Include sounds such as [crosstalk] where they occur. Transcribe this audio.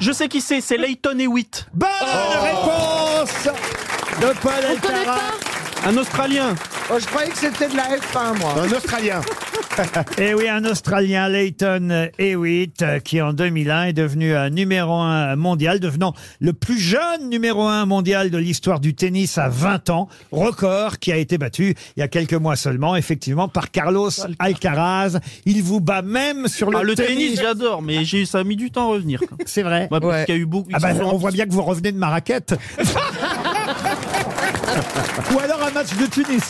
Je sais qui c'est, c'est Leighton Hewitt. Bonne Oh. réponse de Paul Elkarat. Un Australien. Oh, je croyais que c'était de la F1, moi. Un [laughs] Australien. Et Eh oui, un Australien, Leighton Hewitt, euh, qui en 2001 est devenu un numéro un mondial, devenant le plus jeune numéro un mondial de l'histoire du tennis à 20 ans, record qui a été battu il y a quelques mois seulement, effectivement, par Carlos Alcaraz. Il vous bat même sur le, Ah, le tennis, j'adore, mais j'ai ça a mis du temps à revenir. [laughs] quoi. C'est vrai. Ouais, Ouais. Parce qu'il y a eu beaucoup. Ah bah, ils sont- on voit bien que vous revenez de ma raquette. Ou alors un match de Tunis.